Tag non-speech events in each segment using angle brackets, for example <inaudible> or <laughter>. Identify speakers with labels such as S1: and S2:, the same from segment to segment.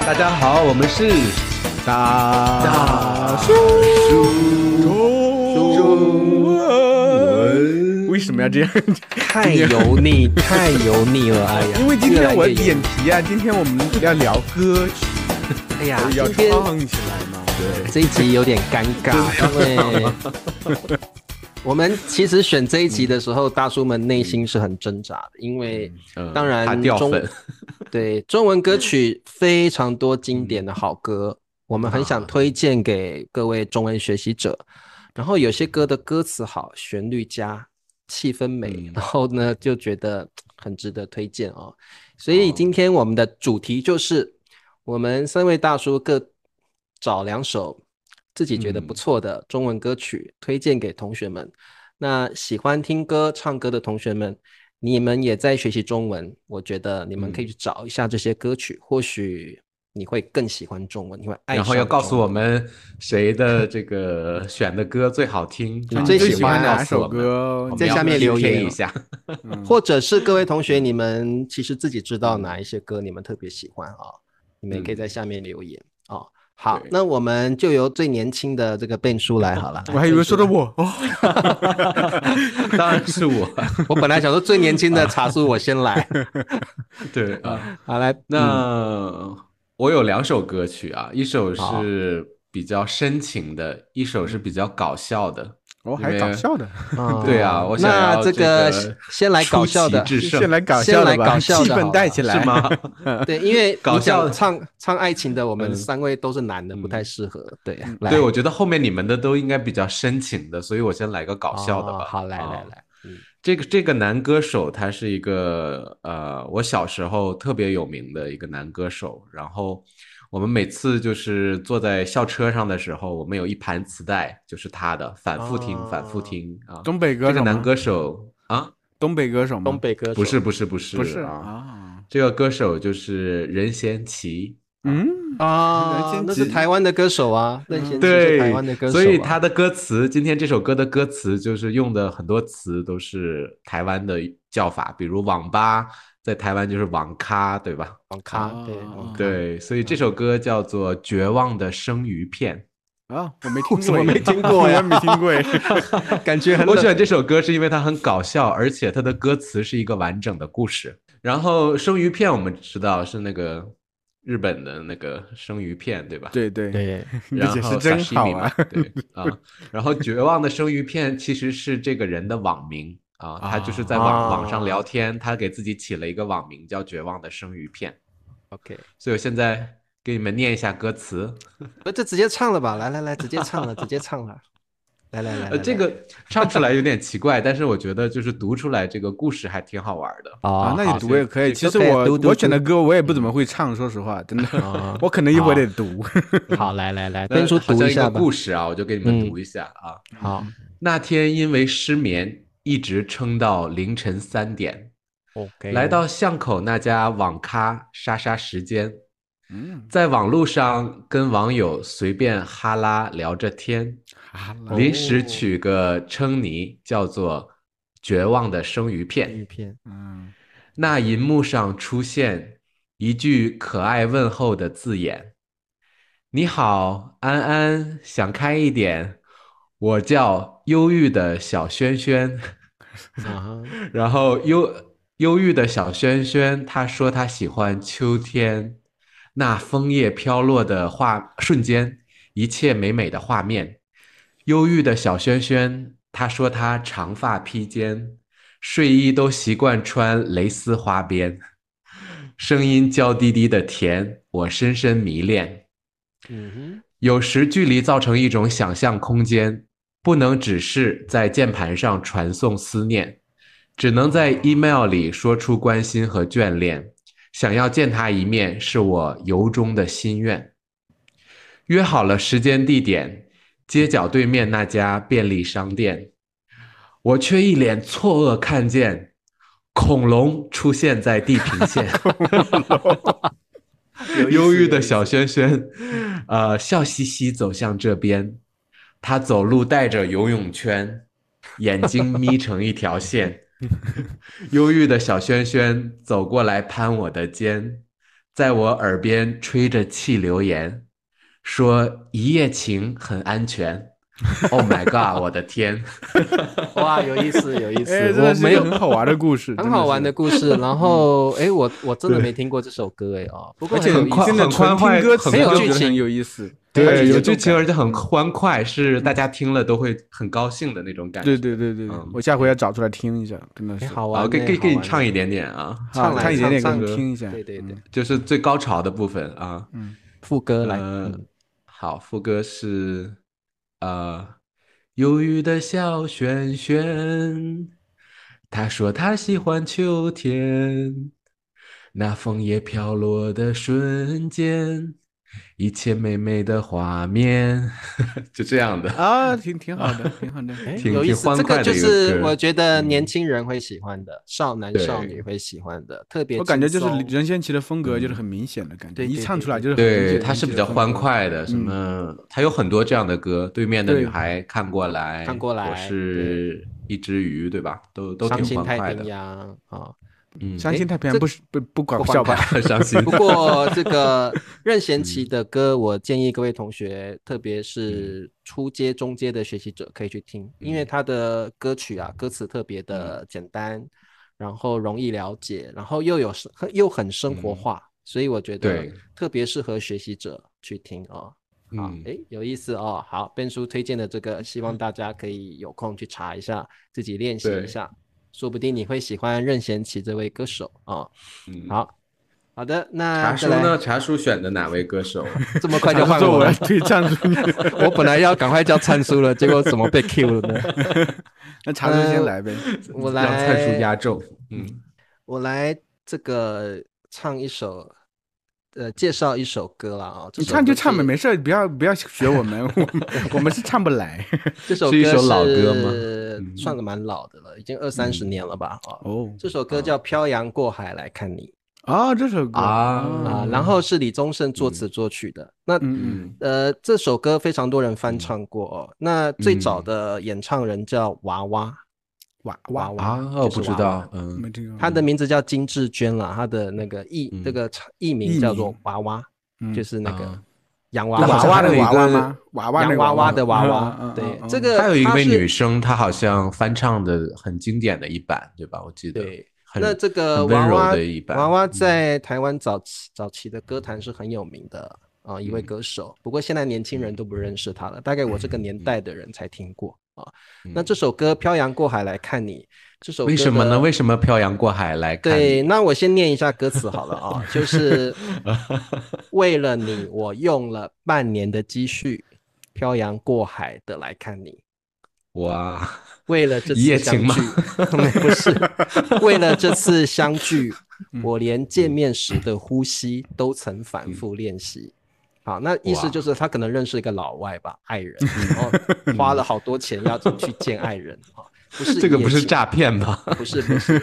S1: 大家好，我们是大大叔中文。
S2: 为什么要这样？
S1: 太油腻，太油腻了，哎呀！
S2: 因为今
S1: 越来
S2: 天
S1: 越
S2: 我的
S1: 油
S2: 点题啊，今天我们要聊歌曲，
S1: 哎呀，
S2: 要
S1: 今天
S2: 唱起来嘛。对，
S1: 这一集有点尴尬，因为
S2: <laughs>
S1: 我们其实选这一集的时候，大叔们内心是很挣扎的，因为
S3: 嗯
S1: 当然
S3: 怕掉
S1: 中
S3: 粉，
S1: 对中文歌曲非常多
S3: 嗯
S1: 经典的好歌，我们很
S3: 啊
S1: 想推荐给各位中文学习者。然后有些歌的歌词好，旋律佳，气氛美
S3: 嗯，
S1: 然后呢就觉得很值得推荐哦。所以
S3: 哦
S1: 今天我们的主题就是，我们三位大叔各找两首自己觉得不
S3: 嗯
S1: 错的中文歌曲，推荐给同学们。那喜欢听歌、唱歌的同学们，你们也在学习中文，我觉得你
S3: 嗯
S1: 们可以去找一下这些歌曲，或许你会更喜欢中文，你会爱上中文。
S3: 然后要告诉我们谁的这个选的歌最好听，
S1: 你
S3: 啊
S1: 嗯最
S3: 告
S1: 喜
S3: 诉
S1: 欢
S3: 我们
S2: 哪首歌
S3: 我们
S1: 在
S3: 要
S1: 下面留言
S3: PK 一下。 <laughs>
S2: 嗯
S1: 或者是各位同
S3: 嗯
S1: 学，你们其实自己知道哪一些歌你们特别喜欢啊、你们也可以在下面留言啊、哦。好
S3: 嗯对，
S1: 那我们就由最年轻的这个笨叔来好
S3: <laughs>
S1: 了。
S2: 我还以为说的我哦，
S3: 当然是我，
S1: <laughs>
S3: <laughs>
S1: 我本来想说最年轻的茶叔我先来，
S3: 对啊。
S1: 好来，嗯
S3: 那我有两首歌曲啊，一首
S1: 好
S3: 是比较深情的，一首是比较搞笑的。
S2: 我还搞笑的，
S1: 哦
S3: 对啊，我想
S1: 那
S3: 要
S1: 这
S3: 个
S1: 先来搞
S3: 出
S1: 笑
S3: 奇
S1: 的，
S3: 制胜
S2: 先来搞笑
S1: 先
S2: 的
S1: 来
S2: 吧，
S1: 搞笑的
S2: 气
S1: 好
S2: 氛
S1: 吧
S2: 带起来
S3: 是？吗？
S1: 对，因为
S3: <laughs> 搞
S1: 你讲
S3: 笑的
S1: 唱唱爱情的，我们
S3: 嗯
S1: 三位都是男的，不
S3: 嗯
S1: 太适合。 <laughs> 对，来
S3: 对，我觉得后面你们的都应该比较深情的，所以我先来个搞笑的
S1: 哦
S3: 吧。
S1: 好，来
S3: 啊
S1: 来来，嗯
S3: 这个这个男歌手他是一个呃，我小时候特别有名的一个男歌手。然后我们每次就是坐在校车上的时候，我们有一盘磁带，就是他的，反复听，反复
S1: 哦
S3: 听啊。
S2: 东北歌
S3: 这个
S2: 手吗
S3: 男歌手啊，
S2: 东北歌手吗？
S1: 东北歌手
S3: 不是不是不是
S2: 不是
S3: 啊，
S2: 啊？
S3: 这个歌手就是任贤齐。
S2: 嗯，
S1: 啊
S2: 任，
S1: 那
S2: 贤
S1: 是
S2: 齐
S1: 台湾的歌手啊，任贤齐是
S3: 对，
S1: 台湾的歌手啊，
S3: 所以他的歌词，今天这首歌的歌词就是用的很多词都是台湾的叫法，比如网吧在台湾就是网咖，对吧？
S1: 网咖对
S2: 啊
S1: 网咖
S3: 对，所以这首歌叫做《绝望的生鱼
S2: <laughs>
S3: 片
S2: 啊，我没听过，
S1: 怎么没听过呀
S2: <laughs> 我也没听过耶。》。
S1: <laughs>
S2: <laughs>
S1: 感觉很
S3: 我
S1: 冷
S3: 选这首歌是因为它很搞笑，而且它的歌词是一个完整的故事。然后生鱼片我们知道是那个日本的那个生鱼片，对吧？
S2: 对对，
S1: 对，
S2: 你解释真好啊！
S3: 然后 sashimi 嘛对啊，然后绝望的生鱼片其实是这个人的网名啊，他就是在网、网上聊天，他给自己起了一个网名叫绝望的生鱼片，
S1: OK，
S3: 所以我现在给你们念一下歌词，
S1: 那这直接唱了吧，来来来，直接唱
S3: <laughs>
S1: 了，直接唱了，来来来，
S3: 呃，
S1: 来
S3: 这
S1: 来
S3: 个唱出来有点奇怪，但是我觉得就是读出来这个故事还哦挺好玩的。
S2: 啊
S1: 啊，，
S2: 那你读也可以。其
S3: 这
S2: 实
S1: 这可以
S2: 我
S1: 读读
S2: 我选的
S1: 读
S2: 歌我也不怎么会唱，说实话，
S1: <laughs>
S2: 真的，
S1: 啊
S2: 我可能一会儿得读。 <laughs>
S1: 好，来来 <laughs> 来，
S3: 那
S1: 边叔
S3: 呃好
S1: 读
S3: 像
S1: 一下
S3: 个
S1: 吧，
S3: 故事啊，我就给你们
S1: 嗯
S3: 读一下啊。
S1: 好，
S3: 那天因为失眠，一直撑到凌晨三点，
S1: OK，
S3: 来到巷口那家网咖杀杀时间，
S2: 嗯，
S3: 在网络上跟网友随便哈拉聊着天，
S2: 好了
S3: 临时取个称昵叫做“绝望的生鱼
S1: 玉
S3: 片
S1: 片，
S2: 嗯，”。
S3: 那银幕上出现一句可爱问候的字眼：“你好，安安，想开一点，我叫忧郁的小轩轩。”
S1: 啊
S3: 然后忧忧郁的小轩轩，他说他喜欢秋天，那枫叶飘落的画瞬间，一切美美的画面。忧郁的小轩轩，他说他长发披肩，睡衣都习惯穿蕾丝花边， <laughs> 声音娇滴滴的甜，我深深迷恋。
S1: 嗯
S3: 有时距离造成一种想象空间，不能只是在键盘上传送思念，只能在 email 里说出关心和眷恋。想要见他一面，是我由衷的心愿。约好了时间地点，街角对面那家便利商店，我却一脸错愕看见恐龙出现在地平线。 <laughs>
S1: 哼，
S3: 忧郁的小轩轩，呃，笑嘻嘻走向这边。他走路带着游泳圈，眼睛眯成一条线。忧郁的小轩轩走过来攀我的肩，在我耳边吹着气流言，说一夜情很安全。Oh my god！我的天，
S1: 哇，有意思，有意思，
S2: 哎，真
S1: 我
S2: 的是
S1: 没
S2: 一个
S1: 有
S2: 很好玩的故事，
S1: <laughs> 很好玩的
S2: 真
S1: 故 <laughs> 事。然后，哎，我我真的没听过这首歌，哎哦，不过
S3: 而且
S1: 很有意
S3: 很快
S1: 思
S2: 是，真的
S3: 很宽
S2: 纯
S3: 快
S2: 听歌
S3: 很
S2: 词，我
S1: 宽
S2: 觉得
S1: 很有剧
S2: 很
S1: 情
S2: 有意思。
S1: 对
S3: 有
S1: 有
S3: 剧情，
S2: 感
S3: 而且很欢快，是大家听了都会很高兴的那种感觉。
S2: 对对对对对
S3: 嗯，
S2: 我下回要找出来听一下，真的是
S1: 哎好
S3: 好，
S1: 玩，
S3: 给
S1: 哎
S3: 给给你
S1: 好玩
S3: 唱一点点啊，
S1: 唱来
S2: 啊唱一点点给我
S1: 唱
S2: 们
S1: 歌
S2: 听一下，
S1: 对对对
S2: 嗯，
S3: 就是最高潮的部分啊。
S2: 嗯，
S1: 副歌来，
S3: 呃
S1: 嗯，
S3: 好，副歌是呃，忧郁的小轩轩，他说他喜欢秋天，那枫叶飘落的瞬间，一切美美的画面， <laughs> 就这样的。
S2: 啊，挺挺好
S1: <laughs>
S2: 的，挺好的。
S1: 哎
S3: 挺
S1: 有意
S3: 挺
S1: 思，
S3: 欢
S1: 这
S3: 快
S1: 个
S3: 的
S1: 就
S3: 一个
S1: 是
S3: 歌
S1: 我觉得年
S3: 嗯
S1: 轻人会喜欢的，少男
S3: 对
S1: 少女会喜欢的，特别
S2: 我感觉就是
S1: 轻松嗯
S2: 任贤齐的风格就是很明显的感觉，
S1: 对
S2: 一
S1: 对
S2: 唱
S1: 对
S2: 出来
S1: 对
S2: 就是很明
S3: 对，
S2: 显
S3: 他是比
S2: 任贤齐
S3: 较
S2: 的风
S3: 欢
S2: 格
S3: 快的，什
S2: 嗯
S3: 么他有很多这样的歌。对面的
S2: 对
S3: 女孩看过来，
S1: 看过来
S3: 我是一只鱼，对吧？都都
S1: 伤
S3: 挺
S1: 心
S3: 欢
S1: 太
S3: 快
S1: 平
S3: 的。
S1: 洋啊。哦
S3: 嗯，
S2: 相信太平洋
S1: 这
S2: 不是不不管
S1: 不
S2: 笑
S1: 管
S2: 吧？
S3: 很 <laughs> 伤
S1: <laughs>
S3: 心。
S1: 不过这个任贤齐的歌，我建议各位同学，特别
S3: 嗯
S1: 是初阶、中阶的学习者可以去听，因为他的歌曲啊，歌词特别
S3: 嗯
S1: 的简单，然后容易了解，然后又有生又很生活化，所以我觉得
S3: 嗯对
S1: 特别适合学习者去听哦。好
S3: 嗯，，
S1: 诶，有意思哦。好，bensu 推荐的这个，希望大家可以有空去查一下，自己练习
S3: 对
S1: 一下，说不定你会喜欢任贤齐这位歌手啊。哦
S3: 嗯，
S1: 好好的，那再
S3: 茶叔
S1: 来
S3: 呢？茶叔选的哪位歌手？啊
S1: 这么快
S2: 他
S1: 就换
S2: 说
S1: 我
S2: 我要？
S1: 了
S2: 推唱出你，
S1: <laughs> 我本来要赶快叫灿叔了，结果怎么
S3: <laughs>
S1: 被 Q 了呢？
S2: 那茶叔先
S1: 呃
S2: 来呗。
S1: 我
S3: 让蔡叔
S1: 来，
S3: 压轴。嗯，
S1: 我来这个唱一首，呃，介绍一首歌啦啊、这
S2: 你
S1: 首
S2: 唱就
S1: 歌
S2: 唱呗，
S1: 是
S2: 没事，不要不要学我们，我们我们是唱不来。
S1: 这首
S3: 是一
S1: 歌
S3: 首老歌吗
S1: 是
S3: 嗯
S1: 算的蛮老的了，已经二三十
S3: 嗯
S1: 年了吧？啊、
S2: 哦
S1: 这首歌叫《漂洋过海来看你
S2: 啊，这首歌
S3: 啊》
S1: 啊、
S3: 哦
S1: 然后是李宗盛作词作曲的。那
S2: 嗯嗯
S3: 嗯
S1: 呃，这首歌非常多人翻唱过、哦。那最
S3: 嗯
S1: 早的演唱人叫娃娃，
S2: 哇
S1: 娃
S2: 哇，
S1: 娃
S3: 啊，我
S1: 嗯就是
S3: 不知
S1: 娃
S3: 道。
S2: 没
S3: 嗯
S2: 听过
S1: 她的名字叫金志娟啦，她的那个艺、这
S3: 嗯
S1: 个唱艺名
S2: 艺
S1: 叫做
S2: 名
S1: 娃娃，
S2: 嗯
S1: 就是那个
S3: 啊
S1: 洋娃
S2: 娃
S1: 娃
S3: 好像
S2: 娃的
S3: 还有一
S2: 娃娃
S3: 个
S2: 吗？娃娃
S1: 洋
S2: 的
S1: 娃娃
S2: 娃
S1: 的娃
S2: 嗯嗯
S1: 娃
S2: 嗯。
S1: 对
S2: 嗯，
S1: 这
S2: 嗯
S1: 个
S3: 还有一
S1: 她
S3: 位
S1: 是
S3: 女生，她好像翻唱的很经典的一版，对吧？我记得。
S1: 对，
S3: 很
S1: 那这个
S3: 很温
S1: 娃
S3: 柔
S1: 娃
S3: 的一版
S1: 娃娃
S3: 嗯
S1: 在台湾早期早期的歌坛是很有名的啊、一位
S3: 嗯
S1: 歌手。不过现在年轻人都不认识他了，大概我这个年代的人才听过啊、那
S3: 嗯
S1: 这首歌《漂洋过海来看你》，这首
S3: 为
S1: 歌
S3: 什么
S1: 的
S3: 呢？为什么漂洋过海来看
S1: 对， <laughs>
S3: 你？
S1: 那我先念一下歌词好了啊、就是为了你，我用了半年的积蓄，漂洋过海的来看你。
S3: <laughs> 哇，
S1: 为了这
S3: 一
S1: 次
S3: 夜
S1: 相
S3: 情吗
S1: 聚， <laughs> 不是，为了这次相聚，
S3: 嗯
S1: 我连见面时的呼吸都曾反复练
S3: 嗯
S1: 习。好，那意思
S3: 哇
S1: 就是他可能认识一个老外吧，爱人，然后
S3: <laughs>
S1: 花了好多钱要去见爱人啊，不是
S3: 这个
S1: 一夜
S3: 不是
S1: 情
S3: 诈骗哎吧？
S1: 不是不
S3: <laughs>
S1: 是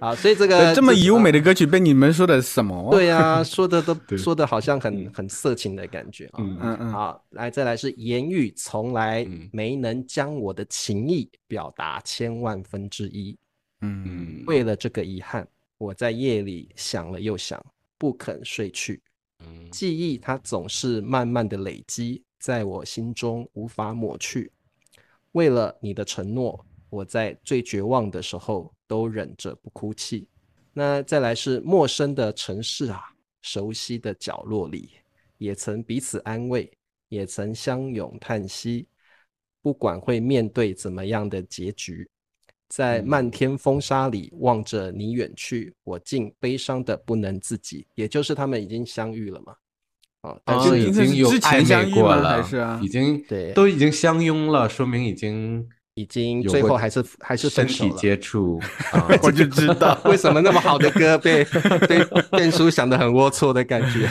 S1: 啊，所以这个
S2: 呃这么优美
S1: 的。
S2: 的歌曲被你们说的什么？，
S1: 对啊，说的都
S3: 对
S1: 说的好像很很色情的感觉啊。
S3: 嗯
S2: 嗯嗯，
S1: 好，来再来是言语从来
S3: 嗯
S1: 没能将我的情意表达千万分之一，
S2: 嗯，
S3: 嗯，
S1: 为了这个遗憾，我在夜里想了又想，不肯睡去。
S3: 嗯
S1: 记忆它总是慢慢的累积，在我心中无法抹去。为了你的承诺，我在最绝望的时候都忍着不哭泣。那再来是陌生的城市啊，熟悉的角落里，也曾彼此安慰，也曾相拥叹息。不管会面对怎么样的结局，在漫天风沙里望着你远去，我竟悲伤的不能自己。也就是他们已经相遇了嘛？啊，但
S3: 哦，
S1: 是、
S2: 就
S3: 已
S2: 应该
S3: 经
S2: 是
S3: 有
S2: 之前
S3: 暧
S2: 相
S3: 昧
S2: 遇
S3: 过
S2: 吗
S3: 了，
S2: 还是啊
S3: 已经
S1: 对
S3: 都已经相拥了，说明已经
S1: 已经
S3: 有
S1: 最
S3: 过
S1: 后还是还是
S3: 身
S1: 分手
S3: 体
S1: 了。
S3: 接
S1: <laughs>
S3: 触啊，
S2: 我就知 <laughs> 道
S1: 为什么那么好的歌
S2: <laughs>
S1: 被被变叔想的很龌龊的感觉？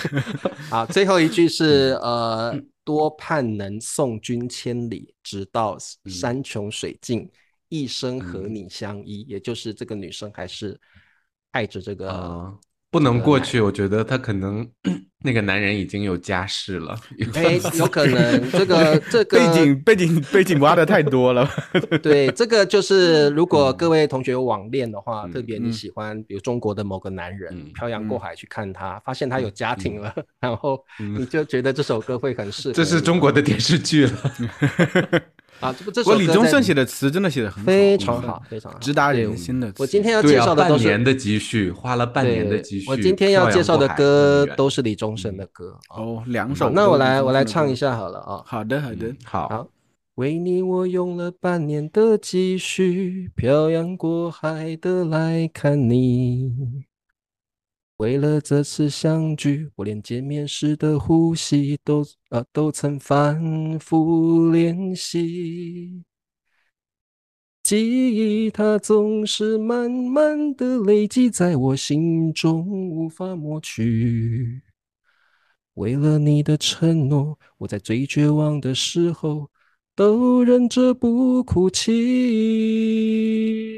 S1: 啊，最后一句是呃，多盼能送君千里，直到山穷水尽，一生和你相依。也就是这个女生还是爱着这个
S2: 哦
S3: 呃啊，不能过去，我觉得他可能 <clears throat> 那个男人已经有家室了，
S1: 哎，有可能这个这个
S2: <laughs> 背景背景背景挖的太多了。
S1: 对，这个就是如果各位同学有网恋的话，
S3: 嗯
S1: 特别你喜欢，比如中国的某个男人，
S3: 嗯
S1: 漂洋过海去看他，发现他有家庭了， <laughs> 然后
S3: 嗯
S1: 你就觉得这首歌会很适合你。
S3: 这是中国的电视剧了。
S1: 啊，这不这
S2: 我
S1: 首
S2: 李
S1: 歌
S2: 宗
S1: 在
S2: 盛写的词真的写的很
S1: 非常好
S2: 好，，
S1: 非常好。
S2: 直达人心的词。
S1: 我今天要
S3: 对
S1: 介
S3: 啊，
S1: 绍的
S3: 半
S1: 都是
S3: 年的积蓄，花了半年的积蓄。
S1: 对我今天要介绍的歌都是李宗盛的歌。哦
S2: 哦，两
S1: 好
S2: 首。
S1: 那我来我来唱一。下好了啊。
S2: 好的，好的
S3: 嗯。好，
S1: 好，为你我用了半年的积蓄，漂洋过海的来看你。为了这次相聚，我连见面时的呼吸都呃都曾反复练习。记忆它总是慢慢的累积在我心中，无法抹去。为了你的承诺，我在最绝望的时候都忍着不哭泣。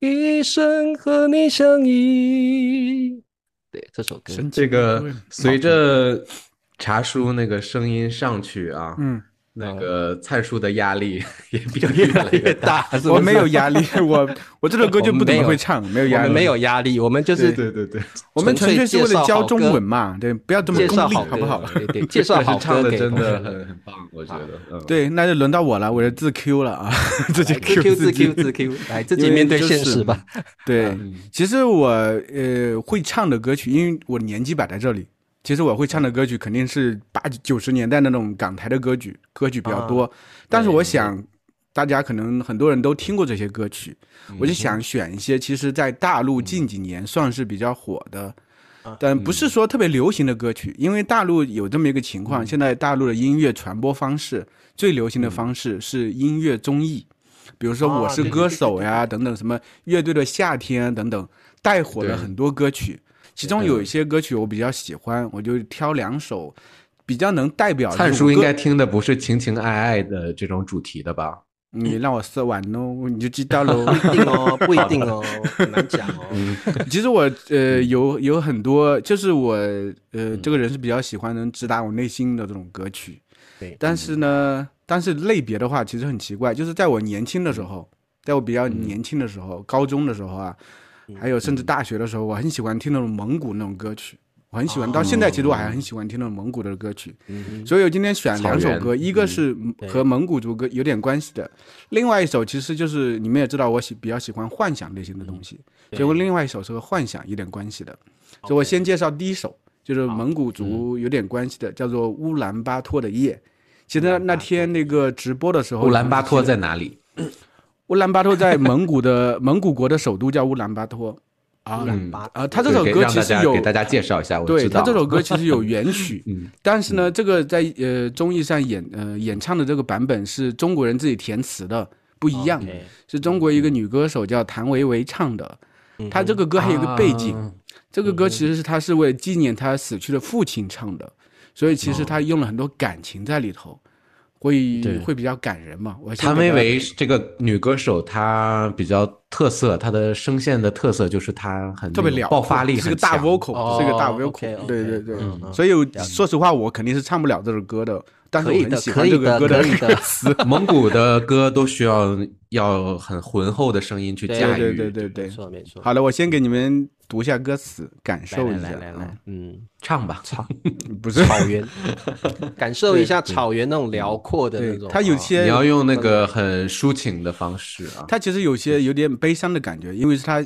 S1: 一生和你相依。对，这首歌，
S2: 神奇
S3: 这
S2: 各
S3: 个
S2: 位
S3: 随着茶叔那个声音上去啊，
S2: 嗯，
S3: 那个灿叔的压力 <laughs> 也变得越来
S1: <laughs>
S3: 越大。
S2: 我没有压力，我我这首歌就不怎么会唱，没有
S1: 我
S2: 压
S1: 们
S2: 力。
S1: 没有压力，我们就是
S3: 对对对，
S2: 我们纯粹是为了教中文嘛，对，不要这么
S1: 介
S2: 功
S1: 绍
S2: 利，
S1: 好
S2: 好不好
S1: 歌？对对，介绍
S3: 但
S1: 好
S2: <laughs>
S3: 是唱
S1: 歌
S3: 的
S1: 给
S3: 真
S1: 同学
S3: 的
S1: 们
S3: 很。很棒，我觉得。嗯，
S2: 对，那就轮到我了，我是自 Q 了啊， <laughs> 自己
S1: 来哎自 Q
S2: 自
S1: 自嗯 Q
S2: 己。
S1: 自 Q，来自
S2: 因
S1: 己
S2: 为
S1: 面对
S2: 就是
S1: 现实
S2: <laughs>
S1: 吧。
S2: 对，其实我呃会唱的歌曲，因为我年纪摆在这里，其实我会唱的歌曲肯定是八九十年代那种港台的歌曲，歌曲比较多。但是我想，大家可能很多人都听过这些歌曲，我就想选一些，其实在大陆近几年算是比较火的。但不是说特别流行的歌曲，因为大陆有这么一个情况，现在大陆的音乐传播方式最流行的方式是音乐综艺，比如说《我是歌手》呀，等等，什么乐队的夏天等等，带火了
S3: 对
S2: 很多歌曲。其中
S3: 嗯
S2: 有一些歌曲我比较喜欢，我就挑两首比较能代表这
S3: 灿
S2: 种
S3: 叔应
S2: 歌
S3: 该听的不是情情爱爱的这种主题的吧？
S2: 你让我说完喽，你就知道喽。
S1: 不一定哦，不一定哦，很难讲哦。
S3: <laughs>
S2: 其实我呃有
S3: 嗯
S2: 有很多，就是我呃这个人是比较喜欢能直达我内心的这种歌曲。
S3: 嗯
S1: 对
S2: 但是呢，但是类别的话其实很奇怪，就是在我年轻的时候，
S3: 嗯
S2: 在我比较年轻的时候，高中的时候啊，
S3: 嗯
S2: 还有甚至大学的时候，我很喜欢听那种蒙古那种歌曲。我很喜欢，到现在其实我
S3: 哦
S2: 还很喜欢听那种蒙古的歌曲，所以我今天选两首
S3: 嗯草
S2: 歌，
S3: 原嗯
S2: 一个是和蒙古族歌有点关系的，另外一首其实就是你们也知道，我喜比较喜欢幻想类型的东西，所以我另外一首是和幻想有点关系的，所以我先介绍第一首，就是蒙古族有点关系的，叫做《乌兰巴托的夜》。其实那那天那个直播的时候，
S3: 乌兰巴托在哪里？
S2: 乌兰巴托在蒙古的 <laughs> 蒙古国的首都叫乌兰巴托
S1: <laughs>
S2: 啊
S1: 巴
S2: 啊，他这首
S3: 对给
S2: 歌
S3: 让
S2: 其
S3: 大
S2: 实
S3: 家
S2: 有
S3: 给大家介绍一下，我
S2: 对
S3: 知
S2: 他
S3: 道，
S2: 这首歌其实有原曲
S3: <laughs> 嗯
S2: 但是呢，这个在呃综艺上演呃演唱的这个版本是中国人自己填词的，不一样
S1: OK
S2: 是中国一
S3: 嗯
S2: 个女歌手叫谭维维唱的。她这个歌还有一个背景，
S3: 啊
S2: 这个歌其实是她是为了纪念她死去的父亲唱的，所以
S3: 哦
S2: 其实她用了很多感情在里头，会
S1: 对
S2: 会比较感人嘛。我先
S3: 谭
S2: 给
S3: 维
S2: 大家
S3: 维这个女歌手，她比较特色，她的声线的特色就是她很
S2: 特别
S3: 那种
S2: 了，
S3: 爆发力
S2: 是
S3: 很
S2: 个大
S3: 强
S2: vocal，是个大
S1: 哦
S2: vocal，
S1: ，OK，OK，
S2: 对对对
S1: 嗯。嗯
S2: 所以我说实话，我肯定是唱不了这首歌的，但是
S1: 可
S2: 我
S1: 以
S2: 很
S1: 的，
S2: 喜
S1: 可
S2: 欢
S1: 以
S2: 这个
S1: 的，
S2: 歌
S1: 可以的。
S2: <laughs>
S3: 蒙古的歌都需要要很浑厚的声音去
S1: 对
S3: 驾驭。
S2: 对对对
S1: 没
S2: 对。
S1: 错，没错。
S2: 好了，我先给你们读一下歌词，感
S1: 来
S2: 受
S1: 来
S2: 一下
S1: 来。来来，嗯，
S3: 唱吧，唱。
S2: 嗯不是，
S1: 草原，感受一下草原那种辽阔的那
S2: 对
S1: 种。，
S2: 它有
S1: 啊
S2: 些
S3: 你要用那个很抒情的方式啊。
S2: 他其实有些有点悲伤的感觉，因为是他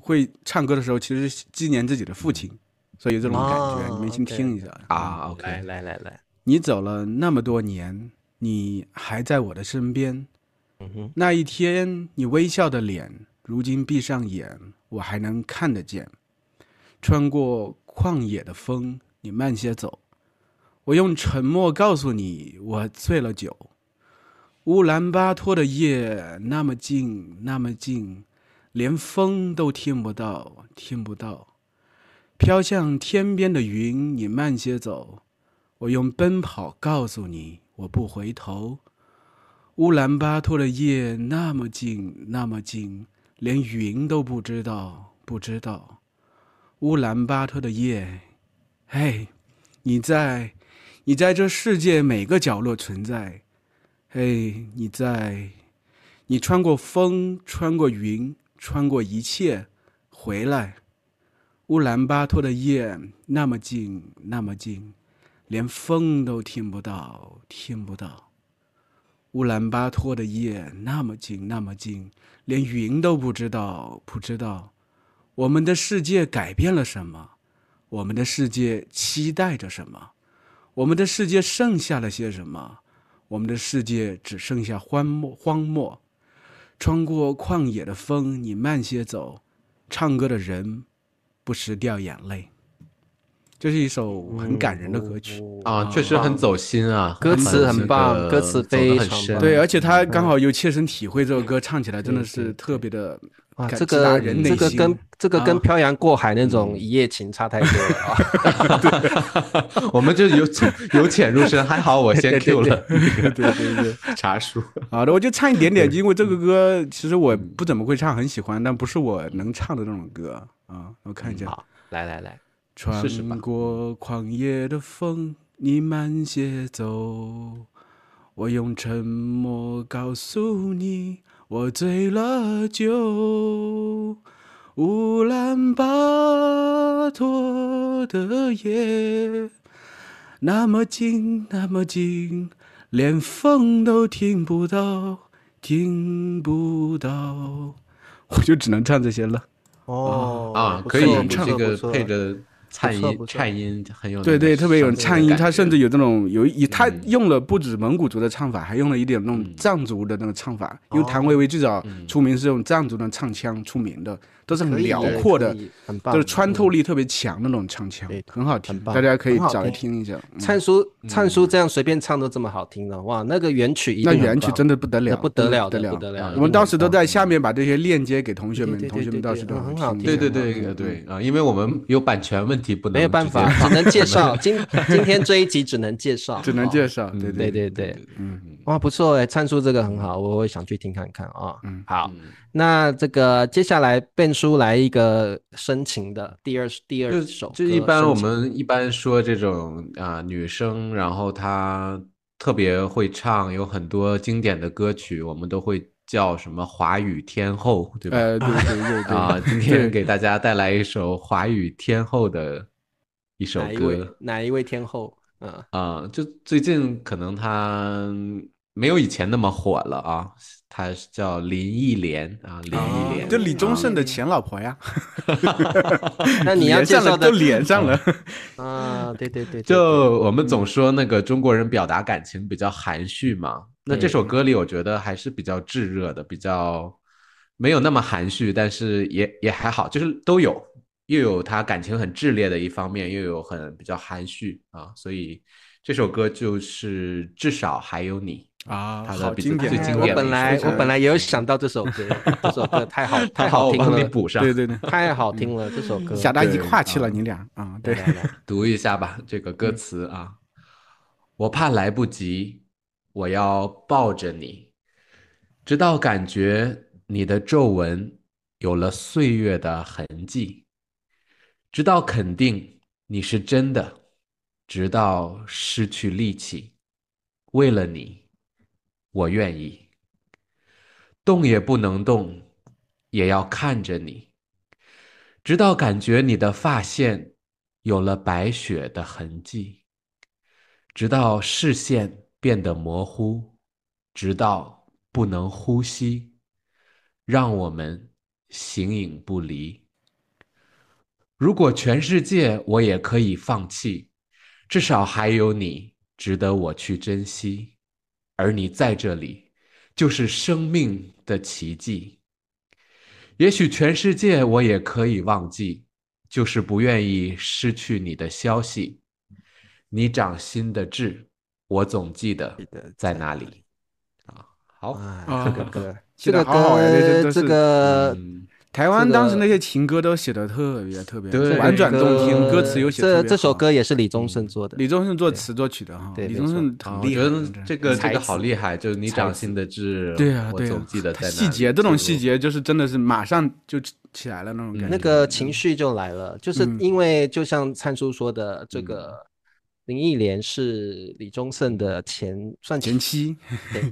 S2: 会唱歌的时候，其实是纪念自己的父亲，所以有这种感觉。
S1: 哦
S2: 你们先
S1: OK
S2: 听一下。
S3: 啊
S1: 来
S3: ，OK，
S1: 来来来，
S2: 你走了那么多年，你还在我的身边。
S1: 嗯哼，
S2: 那一天你微笑的脸，如今闭上眼，我还能看得见。穿过旷野的风，你慢些走。我用沉默告诉你，我醉了酒。乌兰巴托的夜那么静，那么静，连风都听不到，听不到。飘向天边的云，你慢些走。我用奔跑告诉你，我不回头。乌兰巴托的夜那么静，那么静，连云都不知道，不知道。乌兰巴托的夜，嘿，你在，你在这世界每个角落存在。嘿，你在，你穿过风，穿过云，穿过一切，回来。乌兰巴托的夜那么静，那么静，连风都听不到，听不到。乌兰巴托的夜那么静，那么静，连云都不知道，不知道。我们的世界改变了什么？我们的世界期待着什么？我们的世界剩下了些什么？我们的世界只剩下荒漠，荒漠。穿过旷野的风，你慢些走。唱歌的人不时掉眼泪。这是一首很感人的歌曲。
S1: 哦
S3: 啊，确实很走心啊，
S1: 歌词很棒
S3: 这个
S1: 歌词
S3: 走得
S1: 非
S3: 很
S1: 常
S3: 深
S1: 棒啊
S2: 对，而且他刚好有切身体会，这首歌唱起来真的是特别的
S1: 哇，
S2: 感
S1: 啊这
S2: 直达
S1: 个
S2: 人内
S1: 这个
S2: 心
S1: 跟这个跟
S2: 啊
S1: 漂洋过海那种一夜情差太多了
S2: <laughs>
S1: 啊！
S3: <laughs> 我们就由从由浅入
S1: <laughs>
S3: 深，还好我先 Q 了
S2: 对对对，
S3: <laughs> 茶叔。
S2: 好啊的，我就唱一点点，因为这个歌其实我不怎么会唱，很喜欢，但不是我能唱的那种歌啊。我看一下，
S1: 好，来来来，
S2: 穿
S3: 试试吧
S2: 过旷野的风，你慢些走。我用沉默告诉你，我醉了酒。乌兰巴托的夜，那么静，那么静，连风都听不到，听不到。 <laughs> 我就只能唱这些了。
S1: 哦
S3: 啊，
S1: 不
S3: 可以
S1: 错，不
S2: 唱
S3: 这
S1: 错
S3: 个
S1: 不错
S3: 配着颤
S1: 不错
S3: 音
S1: 不，错
S3: 颤音很有
S2: 对对，特别有颤音，他甚至
S3: 有
S2: 有这种有以他用了不止蒙古族的唱法，还用了一点那种藏族的那个唱法，因为谭维维最早出名是用藏族的唱腔出名的，都是
S1: 可
S2: 很
S1: 以
S2: 辽
S1: 可
S2: 阔的
S1: 以，很棒，嗯
S2: 都是穿透力特别强的那种唱腔
S1: 对，
S2: 很好听，
S1: 很棒
S2: 大家可以
S1: 很好
S2: 找来
S1: 听
S2: 听一下。嗯
S1: 灿叔，灿叔这样随便唱都这么好听了，哇，那个原曲一定
S2: 那
S1: 很
S2: 原曲
S1: 棒
S2: 真的不得了，
S1: 那不得了
S2: 真
S1: 的，啊不
S2: 的不得
S1: 得
S2: 了。
S1: 了。
S2: 我们到时都
S1: 在。
S2: 在下面把这些链接给同学们，
S1: 对对对
S2: 同学们到时
S1: 对
S2: 都
S1: 对
S2: 能
S1: 很好
S2: 听一
S1: 听
S2: 下
S3: 对对
S1: 很好
S3: 对对啊，因为我们有版权问题，不能
S1: 没有办法 <laughs>
S3: 直接，
S1: 只能介
S2: <laughs>
S1: 绍。今今天这一集只能介绍，
S2: 只能
S1: 哦
S2: 介绍，对
S1: 对
S2: 对
S1: 对对，嗯，哇，不错哎，参数这个很好，我会想去听看看啊。嗯，好，那这个接下来变叔来一个深情的第二第二首歌，
S3: 就一般
S1: 深
S3: 我
S1: 情
S3: 们一般说这种啊、女生，然后她特别会唱，有很多经典的歌曲，我们都会叫什么华语天后，对吧？
S2: 呃，对对对对
S3: 啊，今
S2: 对
S3: 天给大家带来一首华语天后的一首
S1: 哪一位
S3: 歌
S1: 哪一位天后？嗯，
S3: 啊，就最近可能她没有以前那么火了啊，她是叫林忆莲啊，林忆
S1: 哦
S3: 莲，
S2: 哦就李宗盛的前老婆呀，
S1: <laughs> 那你要
S2: 连
S1: 介
S2: 上
S1: 绍
S2: 了
S1: 的
S2: 都连上了，
S3: 哦
S1: 啊，对对对，对嗯
S3: 就我们总说那个中国人表达感情比较含蓄嘛，那这
S1: 对
S3: 首歌里我觉得还是比较炙热的，比较没有那么含蓄，但是也也还好，就是都有，又有他感情很炽烈的一方面，又有很比较含蓄啊，所以这首歌就是至少还有你。
S2: 啊
S3: 他的
S2: 好
S3: 比
S2: 经典
S3: 最
S1: 哎
S3: 经
S1: 我
S3: 典的
S1: 本
S3: 一
S1: 来
S3: 首
S1: 我
S3: 歌
S1: 本来也有想到这首歌，这首歌太好
S3: 太
S1: 好
S3: 我
S1: 听
S3: 帮你
S1: 了，
S3: 补上。
S2: 对对对，
S1: 太好听了，这首歌
S2: 小大一
S3: 对
S2: 跨去了你俩啊，对
S1: 来，来来
S3: <laughs> 读一下吧，这个歌词啊，我怕来不及，我要抱着你，直到感觉你的皱纹有了岁月的痕迹，直到肯定你是真的，直到失去力气，为了你，我愿意，动也不能动，也要看着你。直到感觉你的发线有了白雪的痕迹，直到视线变得模糊，直到不能呼吸，让我们形影不离。如果全世界我也可以放弃，至少还有你值得我去珍惜，而你在这里，就是生命的奇迹。也许全世界我也可以忘记，就是不愿意失去你的消息。你掌心的痣，我总记得
S1: 记得
S3: 在
S1: 在
S3: 哪
S1: 哪
S3: 里。啊，好，
S2: 哦
S1: 啊，
S2: <laughs>
S1: 这个歌，
S2: 写
S1: 这
S2: 得
S1: 个
S2: 好好呀这这都
S1: 歌，
S2: 是
S1: 这个
S3: 嗯，
S2: 台湾当时那些情歌都写的特别特别
S3: 对
S2: 婉转动听，
S1: 歌
S2: 歌词又写得特
S1: 这
S2: 别
S1: 这首
S2: 好
S1: 歌也是李宗盛做的，
S2: 李宗盛作词作曲的哈，
S1: 对
S2: 李
S1: 没
S2: 宗
S1: 错
S2: 盛
S3: 啊
S2: 很
S3: 我
S2: 厉
S3: 觉
S2: 害
S3: 得
S2: 的，
S3: 这个这
S1: 才
S3: 个
S1: 子
S3: 好厉害，就是你掌心的痣，
S2: 对啊
S3: 我
S2: 对啊
S3: 总记得，
S2: 他
S3: 在
S2: 细
S3: 哪
S2: 节
S3: 里
S2: 这种
S3: 就
S2: 细节就是真的是马上就起来了那种
S3: 嗯
S2: 感觉。
S1: 那个情绪就来了，就是
S2: 嗯
S1: 因为就像灿叔说的，
S3: 嗯
S1: 这个林忆莲是李宗盛的前算
S2: 前妻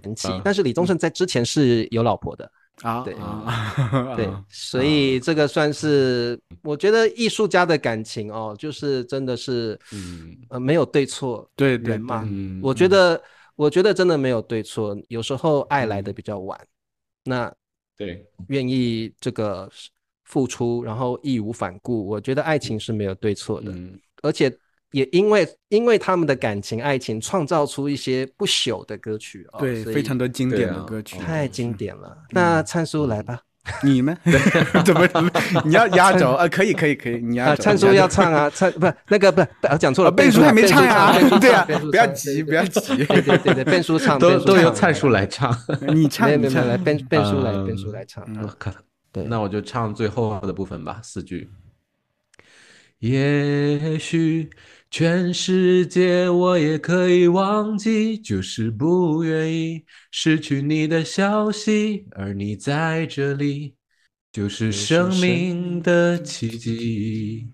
S1: 前妻
S3: 啊，
S1: 但是李宗盛在之前是有老婆
S3: <laughs>
S1: 的，
S2: 啊，
S1: 对
S2: 啊
S3: 嗯
S1: 对，所以这个算是我觉得艺术家的感情哦，就是真的是
S3: 嗯
S1: 呃没有对错，
S2: 对对
S1: 人嘛
S2: 对
S3: 嗯，
S1: 我觉得我觉得真的没有对错，有时候爱
S3: 嗯
S1: 来的比较晚，那
S3: 对，
S1: 愿意这个付出，然后义无反顾，我觉得爱情是没有对错的。
S3: 嗯
S1: 而且也因为因为他们的感情、爱情，创造出一些不朽的歌曲哦，
S2: 对，
S1: 所
S2: 非
S1: 以哦
S2: 常多嗯经
S3: 对
S2: 典
S3: 啊
S2: 的歌曲。
S1: 太经典了。
S2: 嗯
S1: 那灿叔来吧，<laughs>
S2: 你呢？怎么怎么？你要压轴啊？可以可以可以，你压
S1: 啊，
S2: 轴。
S1: 灿
S2: 你
S1: 叔
S2: 压
S1: 要
S2: 轴
S1: 唱啊，灿不那个不，啊讲错了，
S2: 嗯啊贝
S1: 叔
S2: 叔还没
S1: 唱
S2: 唱呀
S1: 贝叔唱
S2: 对啊
S1: 贝叔唱
S2: 不要急不要急
S1: <laughs> 对对对对，贝叔唱，
S3: 都
S1: 贝叔
S3: 都由
S1: 唱啊
S3: 灿叔，来唱。
S2: 你唱
S1: 没有没有没
S2: 你
S1: 有
S2: 唱
S1: 来，贝贝叔来，
S3: 嗯
S1: 贝叔来唱，
S3: <laughs>
S1: 啊
S3: 我靠，
S1: 对
S3: 那我就唱最后的部分吧，四句。也许全世界我也可以忘记，就是不愿意失去你的消息，而你在这里，就
S1: 是
S3: 是生
S1: 生
S3: 命的奇迹。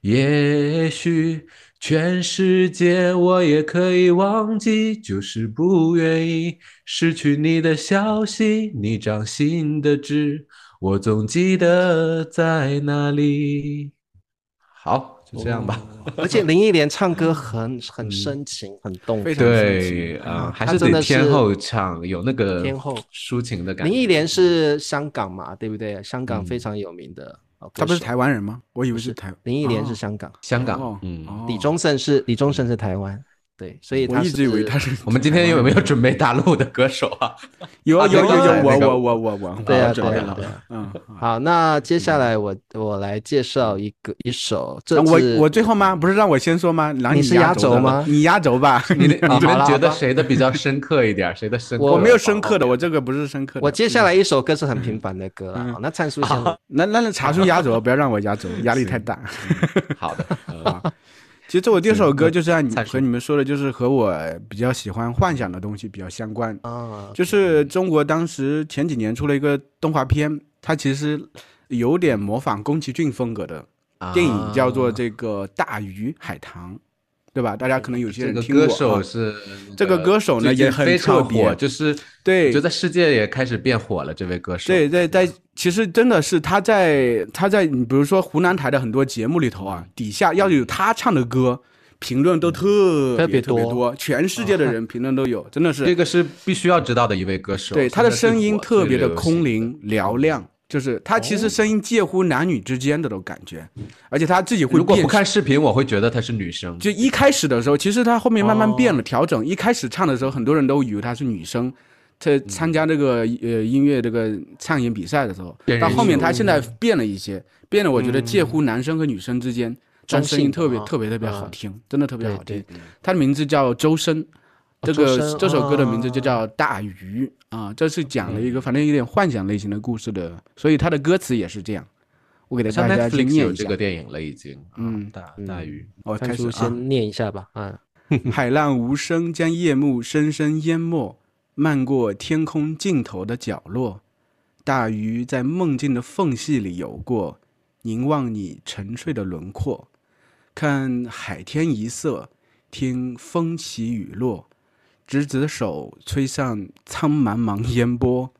S3: 也许全世界我也可以忘记，就是不愿意失去你的消息。你掌心的痣，我总记得在哪里。哦好，就这样吧。
S1: 而且林忆莲唱歌很很深情，很动
S2: 嗯非
S1: 人。
S2: 常深
S3: 对
S2: 情
S3: 啊、还
S1: 她
S3: 是
S1: 真
S3: 得
S1: 的
S3: 天
S1: 是
S3: 后唱，有那个
S1: 天后
S3: 抒情的感觉。
S1: 林忆
S2: 嗯
S1: 莲是香港嘛，对不对？香港非常有名的，哦歌
S2: 他嗯不是
S1: 手
S2: 台湾人吗？我以为
S1: 不是
S2: 是台
S1: 林忆莲
S2: 哦
S1: 是香港，
S3: 香港，
S2: 哦
S3: 嗯，
S2: 哦
S1: 李宗盛是李宗盛是台湾，对，所以
S2: 我
S1: 他
S2: 一直以为
S1: 是
S2: 他是
S3: 我们今天有没有准备大陆的歌手啊？
S2: 有啊
S3: 啊
S2: 有有
S3: 对
S2: 有
S3: 对
S2: 我
S3: 那个
S2: 我我我我
S1: 对啊
S2: 我准备
S1: 对啊
S2: 了
S1: 对啊
S2: 嗯，好
S1: 好。那接下来我我来介绍一个一首，这
S2: 那我
S1: 是
S2: 我最后吗？不是让我先说吗？然后
S1: 你是压
S2: 轴
S1: 轴
S2: 的
S1: 吗
S2: 你压轴吧。
S1: <laughs>
S3: <laughs>
S2: <laughs>
S3: 你的
S1: 啊
S3: 你
S1: 好
S3: 们
S1: 了
S3: 觉
S1: 好
S3: 得
S1: 吧
S3: 谁的比较深刻一点？谁的深刻？
S2: 我没有深刻的，我这个不是深刻的。
S1: 哦我接下来一首歌是很平凡的歌了。
S2: 嗯
S1: 好那灿叔先来，
S2: 那那那查出
S1: <laughs>
S2: 压轴，不要让我压轴，压力太大。
S3: 好的，嗯
S2: 其实我第二首歌就是按你
S3: 蔡叔
S2: 和你们说的，就是和我比较喜欢幻想的东西比较相关。
S1: 啊，
S2: 就是中国当时前几年出了一个动画片，它其实有点模仿宫崎骏风格的
S3: 啊
S2: 电影，叫做这个《大鱼海棠》，对吧？大家可能有些
S3: 这
S2: 人
S3: 个
S2: 听过啊。
S3: 歌手是那
S2: 这个歌手呢
S3: 最近
S2: 也很
S3: 非常
S2: 特别
S3: 火就是
S2: 对
S3: 我觉得世界也开始变火了。这位歌手，
S2: 对，在在，其实真的是他在他在，你比如说湖南台的很多节目里头啊，底下要有他唱的歌，评论都特
S3: 嗯
S1: 特别
S2: 别特别
S1: 多
S2: 多，全世界的人评论都有，真的
S3: 这
S2: 是。
S3: 个是必须要知道的一位歌手。
S2: 对他的声音特别的空
S3: 灵，
S2: 灵嘹亮，就是他其实声音介乎男女之间的都感觉，而且他自己会
S3: 如果不
S2: 变
S3: 看视频，我会觉得她是女生。
S2: 就一开始的时候，其实他后面慢慢变了
S3: 哦
S2: 调整。一开始唱的时候，很多人都以为她是女生。在参加这个呃音乐这个唱演比赛的时候
S3: 变，人
S2: 到后面
S3: 秀
S2: 她现在变了一些，变得我觉得介乎男生和女生之间，但声音特别
S1: 嗯中性啊
S2: 特别特别好听，真的特别
S1: 对
S2: 好
S1: 对哦
S2: 听。她的名字叫周深，这
S1: 周深哦
S2: 个这首歌的名字就
S1: 啊
S2: 叫《大鱼》啊，这是讲了
S1: 嗯
S2: 一个反正有点幻想类型的故事的，所以她的歌词也是这样。我给
S3: 好像
S2: 大家去
S3: Netflix
S2: 念
S3: 有
S2: 一
S3: 这
S2: 下
S3: 个，电影了，已经。
S2: 嗯
S3: 啊大大鱼，
S2: 我
S1: 灿
S2: 开始
S1: 叔
S2: 啊
S1: 先念一下吧。啊，
S2: 海浪无声将夜幕深深淹没，漫过天空尽头的角落。大鱼在梦境的缝隙里游过，凝望你沉睡的轮廓，看海天一色，听风起雨落，执子手吹散苍茫茫烟波。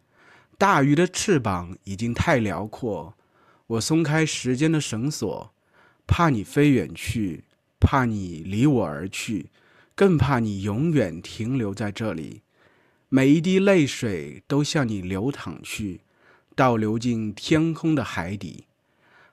S2: 大鱼的翅膀已经太辽阔，我松开时间的绳索，怕你飞远去，怕你离我而去。更怕你永远停留在这里。每一滴泪水都向你流淌去，倒流进天空的海底。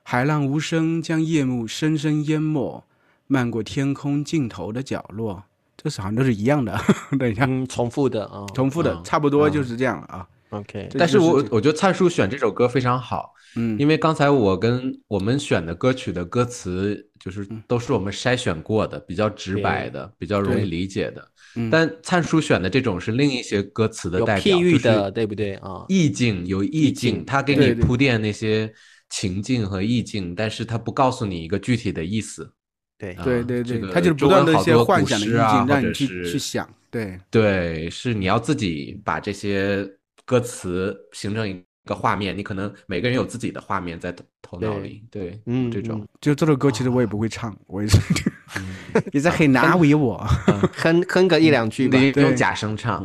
S2: 海浪无声将夜幕深深淹没，漫过天空尽头的角落。这是好像都是一样的，等一下， <laughs>
S1: 嗯，重复的啊，
S2: 重复的，差不多就是这样了啊。
S1: OK，
S2: 这
S3: 但是
S2: 就是
S3: 我
S2: 这
S3: 我觉得灿叔选这首歌非常好，
S2: 嗯，
S3: 因为刚才我跟我们选的歌曲的歌词就是都是我们筛选过的，比较直白的，比较容
S2: 嗯
S3: 易
S2: 对
S3: 理解的。
S2: 嗯
S3: 但灿叔选的这种是另一些歌词的
S1: 有
S3: 代
S1: 譬
S3: 表，
S1: 喻
S3: 就是
S1: 的，对不对啊？
S3: 意境有意境，
S1: 境
S3: 他给
S2: 对
S3: 你
S2: 对
S3: 铺垫那些情境和意境，但是他不告诉你一个具体的意思。
S1: 对
S3: 啊
S2: 对对
S3: 这
S2: 对，
S3: 个
S2: 他就是
S3: 中
S2: 不
S3: 文
S2: 断的一
S3: 好
S2: 些
S3: 多
S2: 幻
S3: 古
S2: 想的意
S3: 诗
S2: 境，
S3: 啊或
S2: 让
S3: 者
S2: 你去
S3: 是
S2: 去想。对，
S3: 对，是你要自己把这些歌词形成一个画面，你可能每个人有自己的画面在头头脑
S1: 对
S3: 里，对，
S1: 嗯
S3: 这种
S1: 嗯
S2: 就这首歌其实我也不会唱，我也是，
S3: 嗯
S2: <laughs> 你在很难为
S3: <laughs>
S2: 我。
S1: 嗯哼哼个一两句吧。
S3: 你用
S2: 对啊
S3: 假声唱，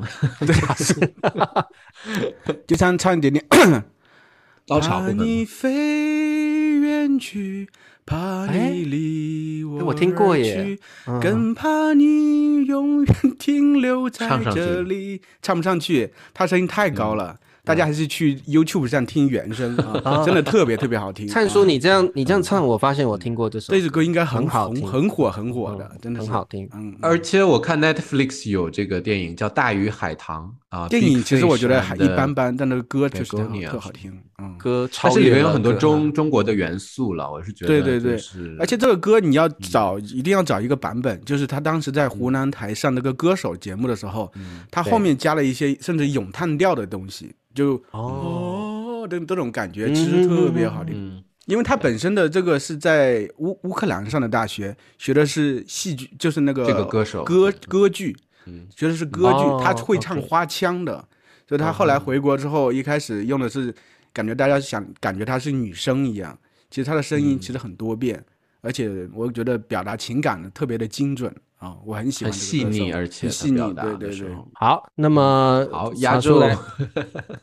S2: 就像唱一点点
S3: <laughs> <coughs> 高
S2: 怕
S3: 潮部分
S2: 你飞远去，怕
S1: 哎
S2: 你离
S3: 哎
S2: 我
S1: 我听过
S2: 而
S1: 耶
S2: 去
S1: 嗯
S2: 更怕你永远停留在
S3: 唱上去嗯
S2: 这里。唱不上去，他声音太高了，大家还是去 YouTube 上听原
S3: <laughs>
S2: 声啊，真的特别特别好
S3: 哦
S2: 听。
S1: 灿叔，你这样你这样唱，我发现我听过这首
S2: 这首歌应该很
S1: 很好
S2: 红
S1: 听
S2: 很火、很火的，
S1: 嗯
S2: 真的是
S1: 很好。呃听。
S2: 嗯，嗯
S3: 而且我看 Netflix 有这个电影叫《大鱼海棠》啊，
S2: 电影其实我觉得还一般
S3: Big Fish and
S2: 般，但那个歌确实特好
S3: Begonia
S2: 特好听。嗯，
S1: 歌
S3: 但
S1: 超
S3: 是里
S1: 越
S3: 面有
S1: 了
S3: 很多
S1: 歌
S3: 中中国的元素了，我是觉
S2: 对
S3: 得
S2: 对
S3: 就
S2: 对
S3: 是
S2: 而且这个歌你
S1: 嗯
S2: 要找，一定要找一个版本，就是他当时在湖南台上那个歌手节目的时候，
S1: 嗯
S2: 他后面加了一些甚至咏叹调的东西，就
S1: 哦，
S2: 哦的这种感觉，
S1: 嗯
S2: 其实特别好听。
S3: 嗯，
S2: 因为他本身的这个是在乌乌克兰上的大学，学的是戏剧，就是那个
S3: 这个歌手
S2: 歌
S3: 嗯
S2: 歌剧，
S3: 嗯
S2: 学的是歌
S1: 哦
S2: 剧，他会唱
S1: OK 哦
S2: 花腔的，所以他后来回国之后，一开始用的是感觉大家想感觉他是女生一样，其实他的声
S3: 嗯
S2: 音其实很多变，而且我觉得表达情感的特别的精准啊、我很喜欢这
S3: 很
S2: 个
S3: 细
S2: 歌手
S3: 腻，而且
S2: 很
S3: 他
S2: 细
S3: 表
S2: 腻，
S3: 达
S2: 对
S3: 的
S2: 对
S3: 时
S2: 对，
S3: 候
S1: 好，那么
S3: 好，压
S1: 拿出
S3: 轴 <laughs>
S1: 来。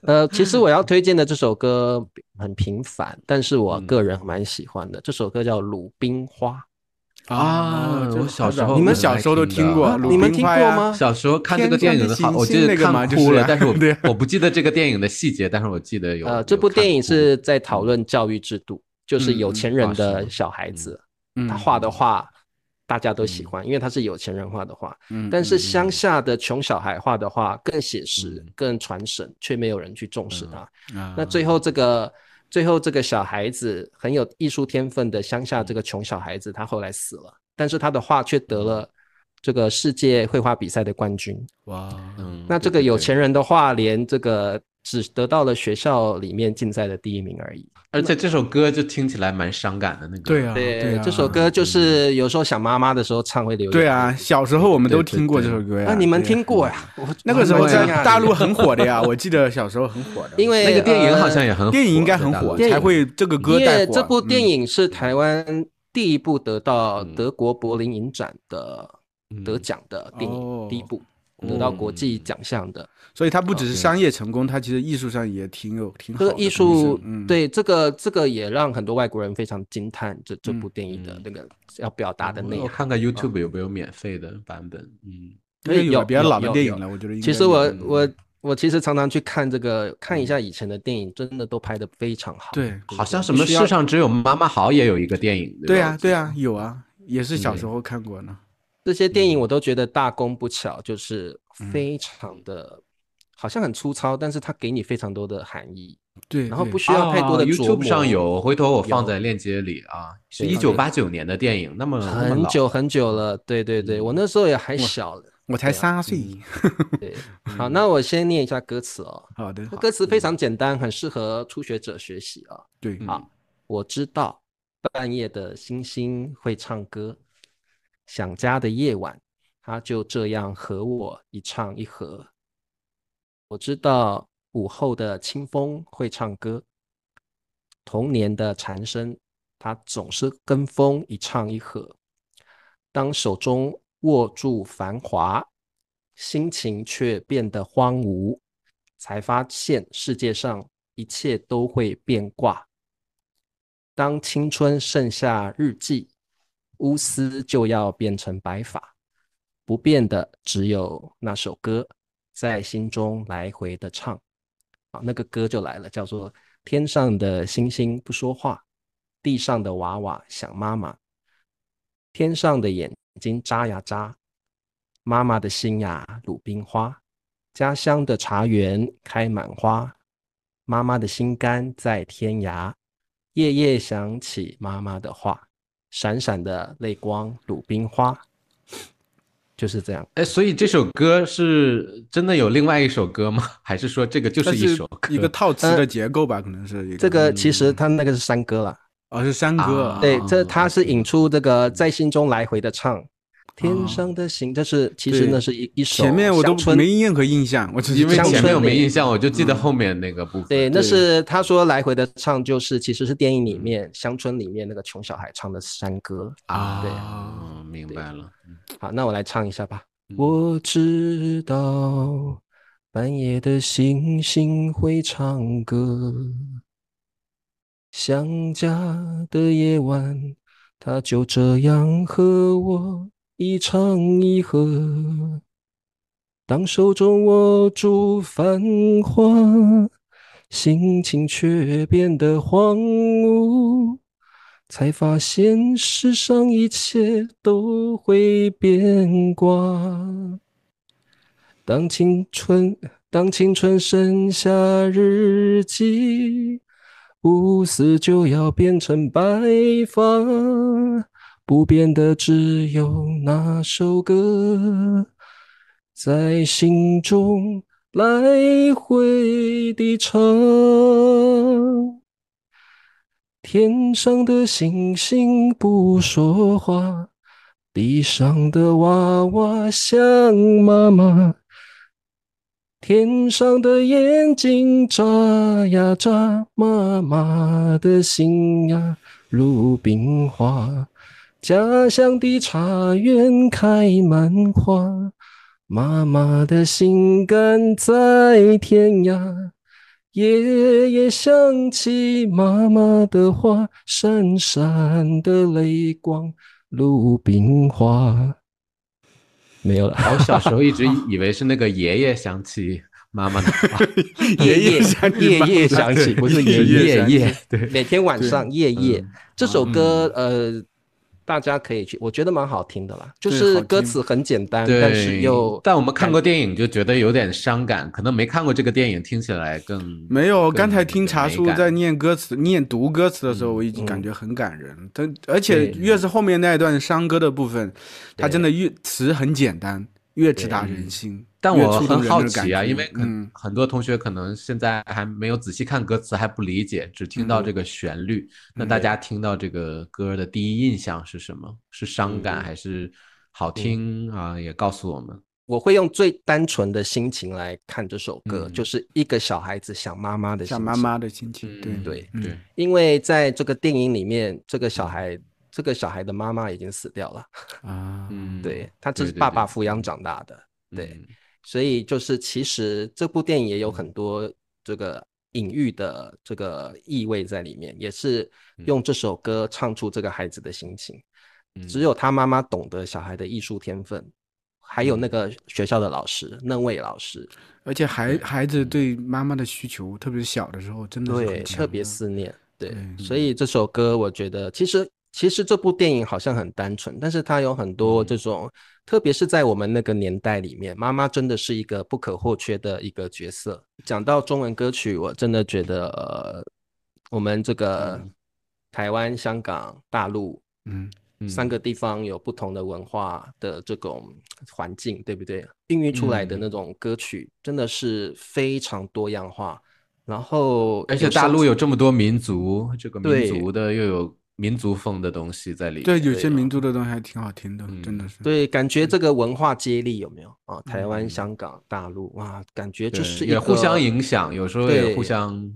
S1: 呃，其实我要推荐的这首歌很平凡，但是我
S2: 嗯
S1: 个人蛮喜欢的。这首歌叫《鲁冰花
S3: 啊
S2: 这
S3: 我小时
S2: 你
S3: 候可
S2: 们
S3: 能
S2: 小
S3: 还
S2: 时候都
S3: 听
S2: 听
S3: 的
S2: 过
S3: 啊，
S2: 鲁
S1: 你们
S2: 冰
S1: 听
S2: 花
S1: 过
S2: 呀
S1: 吗
S3: 小时候看这个电影的好，我记得
S2: 天上的
S3: 看
S2: 星星
S3: 哭了，
S2: 那个嘛就是
S3: 但是我
S2: 对啊
S3: 我不记得这个电影的细节，但是我记得》。有。
S1: 呃，这部电影是在讨论教育制度，就是
S2: 嗯
S1: 有
S2: 嗯
S1: 钱人
S3: 啊是
S1: 的
S3: 吗
S1: 小孩子，
S2: 嗯
S1: 他画的画大家都喜欢，因为他是有钱人画的画。
S2: 嗯
S1: 但是
S2: 嗯
S1: 乡下的穷小孩画的画更写实
S3: 嗯、
S1: 更传神，却没有人去重视它。
S2: 啊
S1: 那最后这个最后这个小孩子很有艺术天分的乡下这个穷小孩子，他后来死了，但是他的画却得了这个世界绘画比赛的冠军。
S2: 哇，
S3: 嗯嗯，
S1: 那
S3: 对
S1: 这个
S3: 对
S1: 有
S3: 对
S1: 钱人的画，连这个只得到了学校里面竞赛的第一名而已。
S3: 而且这首歌就听起来蛮伤感的那个。
S2: 对啊，
S1: 对，
S2: 啊，
S1: 这首歌就是有时候想妈妈的时候唱会流眼泪。
S2: 对啊，小时候我们都
S3: 对对
S2: 听过
S3: 对
S2: 这首歌呀，
S1: 那你们
S2: 对啊
S1: 听过呀？我
S2: 那个时
S1: 我
S2: 候啊
S1: 很
S2: 在
S1: 惊讶
S2: 大
S1: <laughs>
S2: 陆很火的呀，我记得小时候很火的，
S1: 因为
S3: 那个电影好
S1: 呃
S3: 像也很火，
S2: 电影应该很
S3: 在大
S2: 火
S3: 陆，
S1: 电
S2: 才
S1: 影
S2: 会这个歌
S1: 因
S2: 带
S1: 为
S2: 火。
S1: 这部电
S2: 嗯
S1: 影是台湾第一部得到
S3: 嗯
S1: 德国柏林影展的
S2: 嗯
S1: 得奖的电
S2: 哦
S1: 影，第一部得到国际奖项的。
S2: 所以它不只
S3: 哦
S2: 是商业成功，它其实艺术上也挺有挺好
S1: 这个
S2: 的东西。
S1: 艺术
S2: 嗯，，
S1: 对这个这个也让很多外国人非常惊叹这这部
S2: 嗯哦
S1: 电影的
S3: 嗯
S1: 那个要表达的内
S3: 我
S1: 涵。
S3: 看看 YouTube 有没有免费的版本。嗯，
S2: 因为
S1: 有
S2: 比较老的
S1: 有
S2: 电
S1: 有
S2: 影了，我觉得应该
S1: 其实
S2: 有
S1: 我
S2: 嗯
S1: 我我其实常常去看这个看一下以前的电影，真的都拍得非常好。
S2: 对
S3: 好像什
S1: 你
S3: 么
S1: 需要
S3: 世上只有妈妈好也有一个电影。
S2: 对
S3: 吧
S2: 啊对啊有啊，也是小时候看过呢。
S1: 这些电
S2: 嗯
S1: 影我都觉得大功不巧，就是非常的，好像很粗糙，但是它给你非常多的含义，
S2: 对，
S1: 然后
S2: 对
S1: 不需要太多的
S3: 哦
S1: 琢磨。
S3: YouTube 上有，回头我放
S1: 啊有
S3: 在链接里啊。是
S1: 对
S3: 一九八九年的电影，那么那么
S1: 嗯很嗯
S3: 老
S1: 久很久了，对对对，我那时候也还小了。
S2: 我才三
S1: 嗯
S2: 岁。
S1: 对，好，那我先念一下歌词哦，
S2: 好的，
S1: 歌词非常简单，很适合初学者学习啊。
S2: 对，
S3: 嗯
S1: 我知道半夜的星星会唱歌，想家的夜晚，它就这样和我一唱一和。我知道午后的清风会唱歌，童年的蝉声，它总是跟风一唱一和。当手中握住繁华，心情却变得荒芜，才发现世界上一切都会变卦。当青春剩下日记，乌丝就要变成白发，不变的只有那首歌，在心中来回的唱。啊，那个歌就来了，叫做《天上的星星不说话，地上的娃娃想妈妈》，天上的眼睛眨呀眨，妈妈的心呀鲁冰花，家乡的茶园开满花，妈妈的心肝在天涯，夜夜想起妈妈的话，闪闪的泪光鲁冰花，就是这样。
S3: 哎，所以这首歌是真的有另外一首歌吗？还是说这个就
S2: 它
S3: 是一首
S2: 一个
S3: 歌？
S2: 套词的结构吧，可能是一个
S1: 呃这个其实
S2: 嗯
S1: 它那个是山歌啦，
S2: 哦是山歌
S3: 啊
S2: 啊，
S1: 对，这
S3: 哦
S1: 它是引出这个在心中来回的唱。
S2: 哦
S1: 天上的星，这是其实那
S2: 对
S1: 是一一首
S2: 前面我都
S1: 乡村
S2: 没任何印象，我只是
S3: 因为
S1: 乡
S3: 前
S1: 村
S3: 面我
S1: 里
S3: 没印象，我就记得后面那个部分。
S1: 对，那
S2: 对
S1: 是他说来回的唱，就是其实是电影里面乡村里面那个穷小孩唱的山歌。
S3: 啊，
S1: 对
S3: 哦明白了。
S1: 好，那我来唱一下吧。
S3: 嗯
S1: 我知道半夜的星星会唱歌，想家的夜晚，它就这样和我一唱一和。当手中握住繁华，心情却变得荒芜，才发现世上一切都会变卦。当青春，当青春剩下日记，无私就要变成白发，不变的只有那首歌，在心中来回地唱。天上的星星不说话，地上的娃娃想妈妈。天上的眼睛眨呀眨，妈妈的心呀如冰花。家乡的茶园开满花，妈妈的心肝在天涯。夜夜想起妈妈的话，闪闪的泪光，鲁冰花。没有了。
S3: 我小时候一直以为是那个爷爷想起妈妈的话，
S2: <laughs> 爷
S1: 夜
S2: 爷想起
S1: 夜
S2: 妈妈
S1: 夜 <laughs> 想起，
S2: 对
S1: 不是爷
S2: 夜夜
S1: 夜
S2: 想起
S1: 夜，
S3: 对
S1: 每天晚上夜夜
S2: 嗯
S1: 这首歌，呃，大家可以去，我觉得蛮好听的啦，就
S2: 对
S1: 是
S2: 好
S1: 歌
S2: 听
S1: 词很简单，
S3: 对，
S1: 但是又
S3: 但我们看过电影就觉得有点伤感，可能没看过这个电影，听起来更
S2: 没有，刚才
S3: 更
S2: 听茶
S3: 美
S2: 叔
S3: 感
S2: 在念歌词、念读歌词的时候，
S3: 嗯
S2: 我已经感
S1: 嗯
S2: 觉很感人。他而且
S1: 对
S2: 越是后面那一段山歌的部分，他
S1: 对
S2: 真的越词很简单，越直达
S3: 对嗯
S2: 人心。
S3: 但
S2: 越
S3: 我
S2: 触动
S3: 很
S2: 人
S3: 好
S2: 的感
S3: 奇啊，
S2: 觉
S3: 因为很
S2: 嗯
S3: 很多同学可能现在还没有仔细看歌词，还不理解，只听
S2: 嗯
S3: 到这个旋律。那大家听到这个歌的第一印象是什么？是伤感
S1: 嗯
S3: 还是好听啊？也告诉我们。
S1: 我会用最单纯的心情来看这首歌，
S3: 嗯
S1: 就是一个小孩子想妈妈的心
S2: 像
S1: 情。
S2: 妈妈的亲情，对
S3: 嗯
S1: 对
S2: 嗯
S3: 对，
S1: 因为在这个电影里面，这个小孩，这个小孩的妈妈已经死掉了，
S2: 啊，
S3: 嗯，
S1: 对，他这
S3: 对
S1: 是
S3: 对
S1: 爸爸
S3: 对
S1: 抚养长大的，对
S3: 嗯
S1: 所以就是其实这部电影也有很多这个隐喻的这个意味在里面，也是用这首歌唱出这个孩子的心情。
S3: 嗯
S1: 只有他妈妈懂得小孩的艺术天分，还有那个学校的老师那位老师，
S2: 而且孩孩子对妈妈的需求，特别是小的时候，真的是
S1: 对，
S2: 很强
S1: 特别
S2: 的
S1: 思念。对，
S3: 嗯
S2: 对
S1: 所以这首歌我觉得其实其实这部电影好像很单纯，但是它有很
S3: 嗯
S1: 多这种，特别是在我们那个年代里面，妈妈真的是一个不可或缺的一个角色。讲到中文歌曲，我真的觉得呃，我们这个
S3: 嗯
S1: 台湾、香港、大陆。
S2: 嗯，
S3: 嗯
S1: 三个地方有不同的文化的这种环境，对不对？孕育出来的
S3: 嗯
S1: 那种歌曲真的是非常多样化。然后，
S3: 而且大陆有这么多民族，这个民
S1: 对
S3: 族的又有民族风的东西在里面。
S2: 对，有些
S1: 对
S2: 民族的东西还挺好听的
S3: 嗯，
S2: 真的是。
S1: 对，感
S2: 嗯
S1: 觉这个文化接力有没有啊？台湾、
S3: 嗯
S1: 香港、大陆，哇，感觉
S3: 对，
S1: 就是一
S3: 也互
S1: 个
S3: 相影响，有时候也
S1: 对
S3: 互相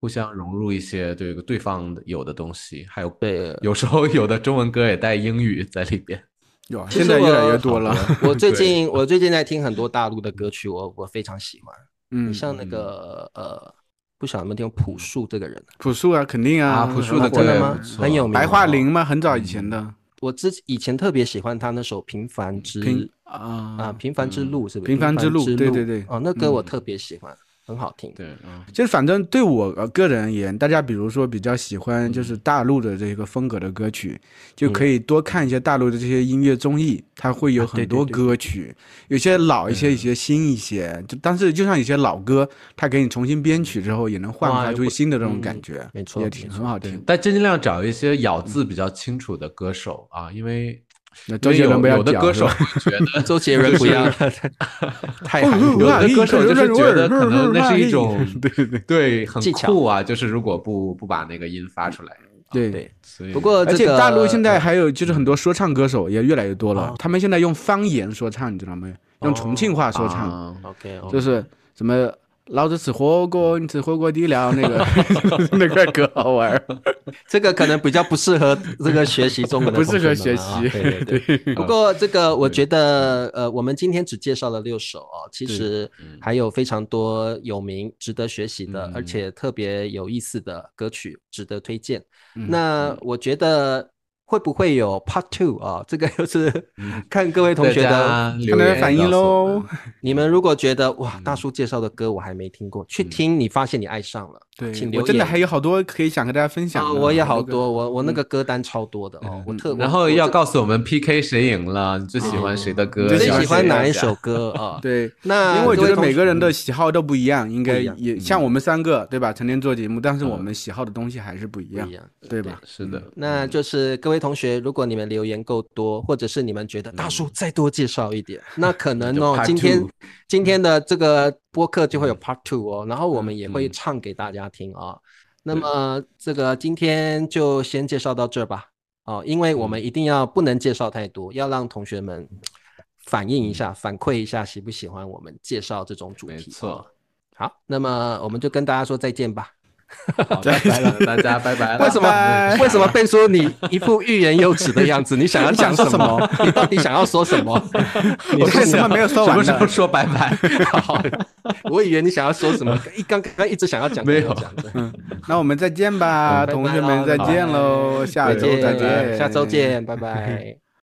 S3: 互相融入一些这个对方的有的东西，还有
S1: 对
S3: 有时候有的中文歌也带英语在里边。
S2: 有啊，
S1: 其
S2: 现
S1: 实
S2: 在越来
S1: 我
S2: 越多了。
S1: 我
S2: <laughs>
S1: 最
S3: 对
S1: 近我最近在听很多大陆的歌曲，我我非常喜欢。你
S2: 嗯，
S1: 像那
S3: 嗯
S1: 个呃，不晓得有没有听过朴树这个人？
S2: 朴树啊，肯定
S3: 啊
S2: 啊，
S3: 朴树
S2: 很
S3: 的
S2: 好
S3: 歌
S1: 真
S2: 听
S1: 的
S3: 也
S2: 啊
S1: 吗
S3: 不错
S1: 很有名
S2: 白
S1: 哦
S2: 桦林嘛，很早以前的
S1: 我之以前特别喜欢他那首《平凡之
S2: 平
S1: 啊，
S2: 啊
S1: 平凡之路是不是？
S2: 平凡之路对对对
S1: 哦，那歌我
S2: 嗯
S1: 特别喜欢。很好听。
S3: 对，嗯，
S2: 就是反正对我个人而言，大家比如说比较喜欢
S1: 嗯
S2: 就是大陆的这个风格的歌曲，就可以多看一些大陆的这些音乐综艺，它会有很多
S1: 啊对对对
S2: 歌曲，有些老一些，有些新一些。
S1: 嗯
S2: 就但是就像有些老歌，它给你重新编曲之后，也能焕
S1: 哇
S2: 发
S1: 又
S2: 出
S1: 会
S2: 新的这种
S1: 嗯
S2: 感觉，
S1: 没错
S2: 也挺
S1: 没
S2: 很好听。
S3: 但尽量找一些咬字比较清楚的歌手啊，因为
S2: 那周
S3: 因为
S2: 杰伦
S3: 有
S2: 不要
S3: 有的
S2: 讲
S3: 歌
S2: 是
S3: 手
S2: 吧
S3: 会觉得
S1: 周
S2: <laughs>
S1: 杰伦不要 <laughs> 太韩
S2: 哦
S1: 国
S3: <laughs> 有
S1: 了，
S3: 的歌手就是觉得可能那是一种
S2: 对对对
S3: 对很
S1: 技巧
S3: 酷啊，就是如果不不把那个音发出来，
S2: 对
S1: 对。
S3: 所以
S1: 不过
S2: 而
S1: 呃这
S2: 且
S1: 个嗯
S2: 大陆现在还有就是很多说唱歌手也越来越多了
S1: 哦，
S2: 他们现在用方言说唱，你知道吗？用重庆话说唱，
S3: 啊
S1: OK，
S2: 就是什么老子吃火锅，你吃火锅底
S1: <laughs>
S2: 料那个那个歌好玩儿。
S1: 这个可能比较不适合这个学习中文的
S2: 不
S1: 同学
S2: 适合
S1: 们
S2: 学
S1: 啊
S2: 习
S1: 对对 <laughs> 对。不过这个我觉得，呃，我们今天只介绍了六首哦，其
S2: 对嗯
S1: 实还有非常多有名、值得学习的
S3: 嗯，
S1: 而且特别有意思的歌曲，值得推荐。
S2: 嗯
S1: 那我觉得会不会有 Part Two 啊？ <laughs> 这个就是看各位同学
S3: 大
S1: 的，
S3: 家
S2: 看
S3: 留
S2: 嗯大
S3: 言
S2: 家嗯反应
S3: 告诉我
S2: 喽
S3: 们。。
S1: 你们如果觉得哇，大叔介绍的歌我还没听过，去听，你发现你爱上了，
S2: 嗯对
S1: 请，留
S2: 我真的
S1: 言
S2: 还有好多可以想和大家分享
S1: 啊，
S2: 的。
S1: 我也好
S2: 那个嗯
S1: 多，我我那个歌单超多的哦，我特
S3: 然后要告诉我们 PK 谁赢了，你最喜欢谁的歌？
S1: 哦最
S2: 最
S1: 喜
S2: 喜
S1: 欢
S2: 欢
S1: 哪一
S3: 谁
S1: 首歌啊？，
S2: <laughs> 对。
S1: 那
S2: 因为我
S1: 各
S2: 觉
S1: 位
S2: 得
S1: 同
S2: 每
S1: 学
S2: 个人的喜好都不一样，应该
S1: 不一样嗯
S2: 也像我们三个对吧？成天做节目，但是我们喜好的东西还是不一
S1: 不
S2: 样
S1: 一，样。
S2: 对吧？
S3: 是的，
S1: 那就是各位同学，如果你们留言够多，或者是你们觉得大叔再多介绍一点，那可能
S3: 嗯 <laughs> 就
S1: 哦，
S3: part
S1: 今天
S3: two 嗯
S1: 今天的这个播客就会有 Part Two 哦，然后我们也
S3: 嗯
S1: 会唱给大家听啊。那么这个今天就先介绍到这儿吧，哦，因为
S3: 嗯
S1: 我们一定要不能介绍太多，要让同学们反映一下、反馈一下喜不喜欢我们介绍这种主题。
S3: 嗯
S1: 哦 <laughs>
S3: 没错。
S1: 好，那么我们就跟大家说再见吧。
S3: 好，拜拜了，大家拜拜
S1: <laughs>
S3: 了。
S1: 为什么？
S2: <laughs>
S1: 为什么贝叔你一副欲言又止的样子？你想要讲什
S3: <laughs>
S1: 么？你到底想要说什么？你
S2: 我看什么没有说完
S1: <laughs>
S2: 呢
S3: 什么时候说拜拜？
S1: 好， <laughs> 我以为你想要说什么，一刚刚一直想要讲，
S3: 没有
S1: 讲的。
S2: 那我们再见吧，
S1: 嗯
S2: 同学们再见喽，
S1: 再
S2: 下周再
S1: 见，
S2: 见，
S1: 下周见，拜拜。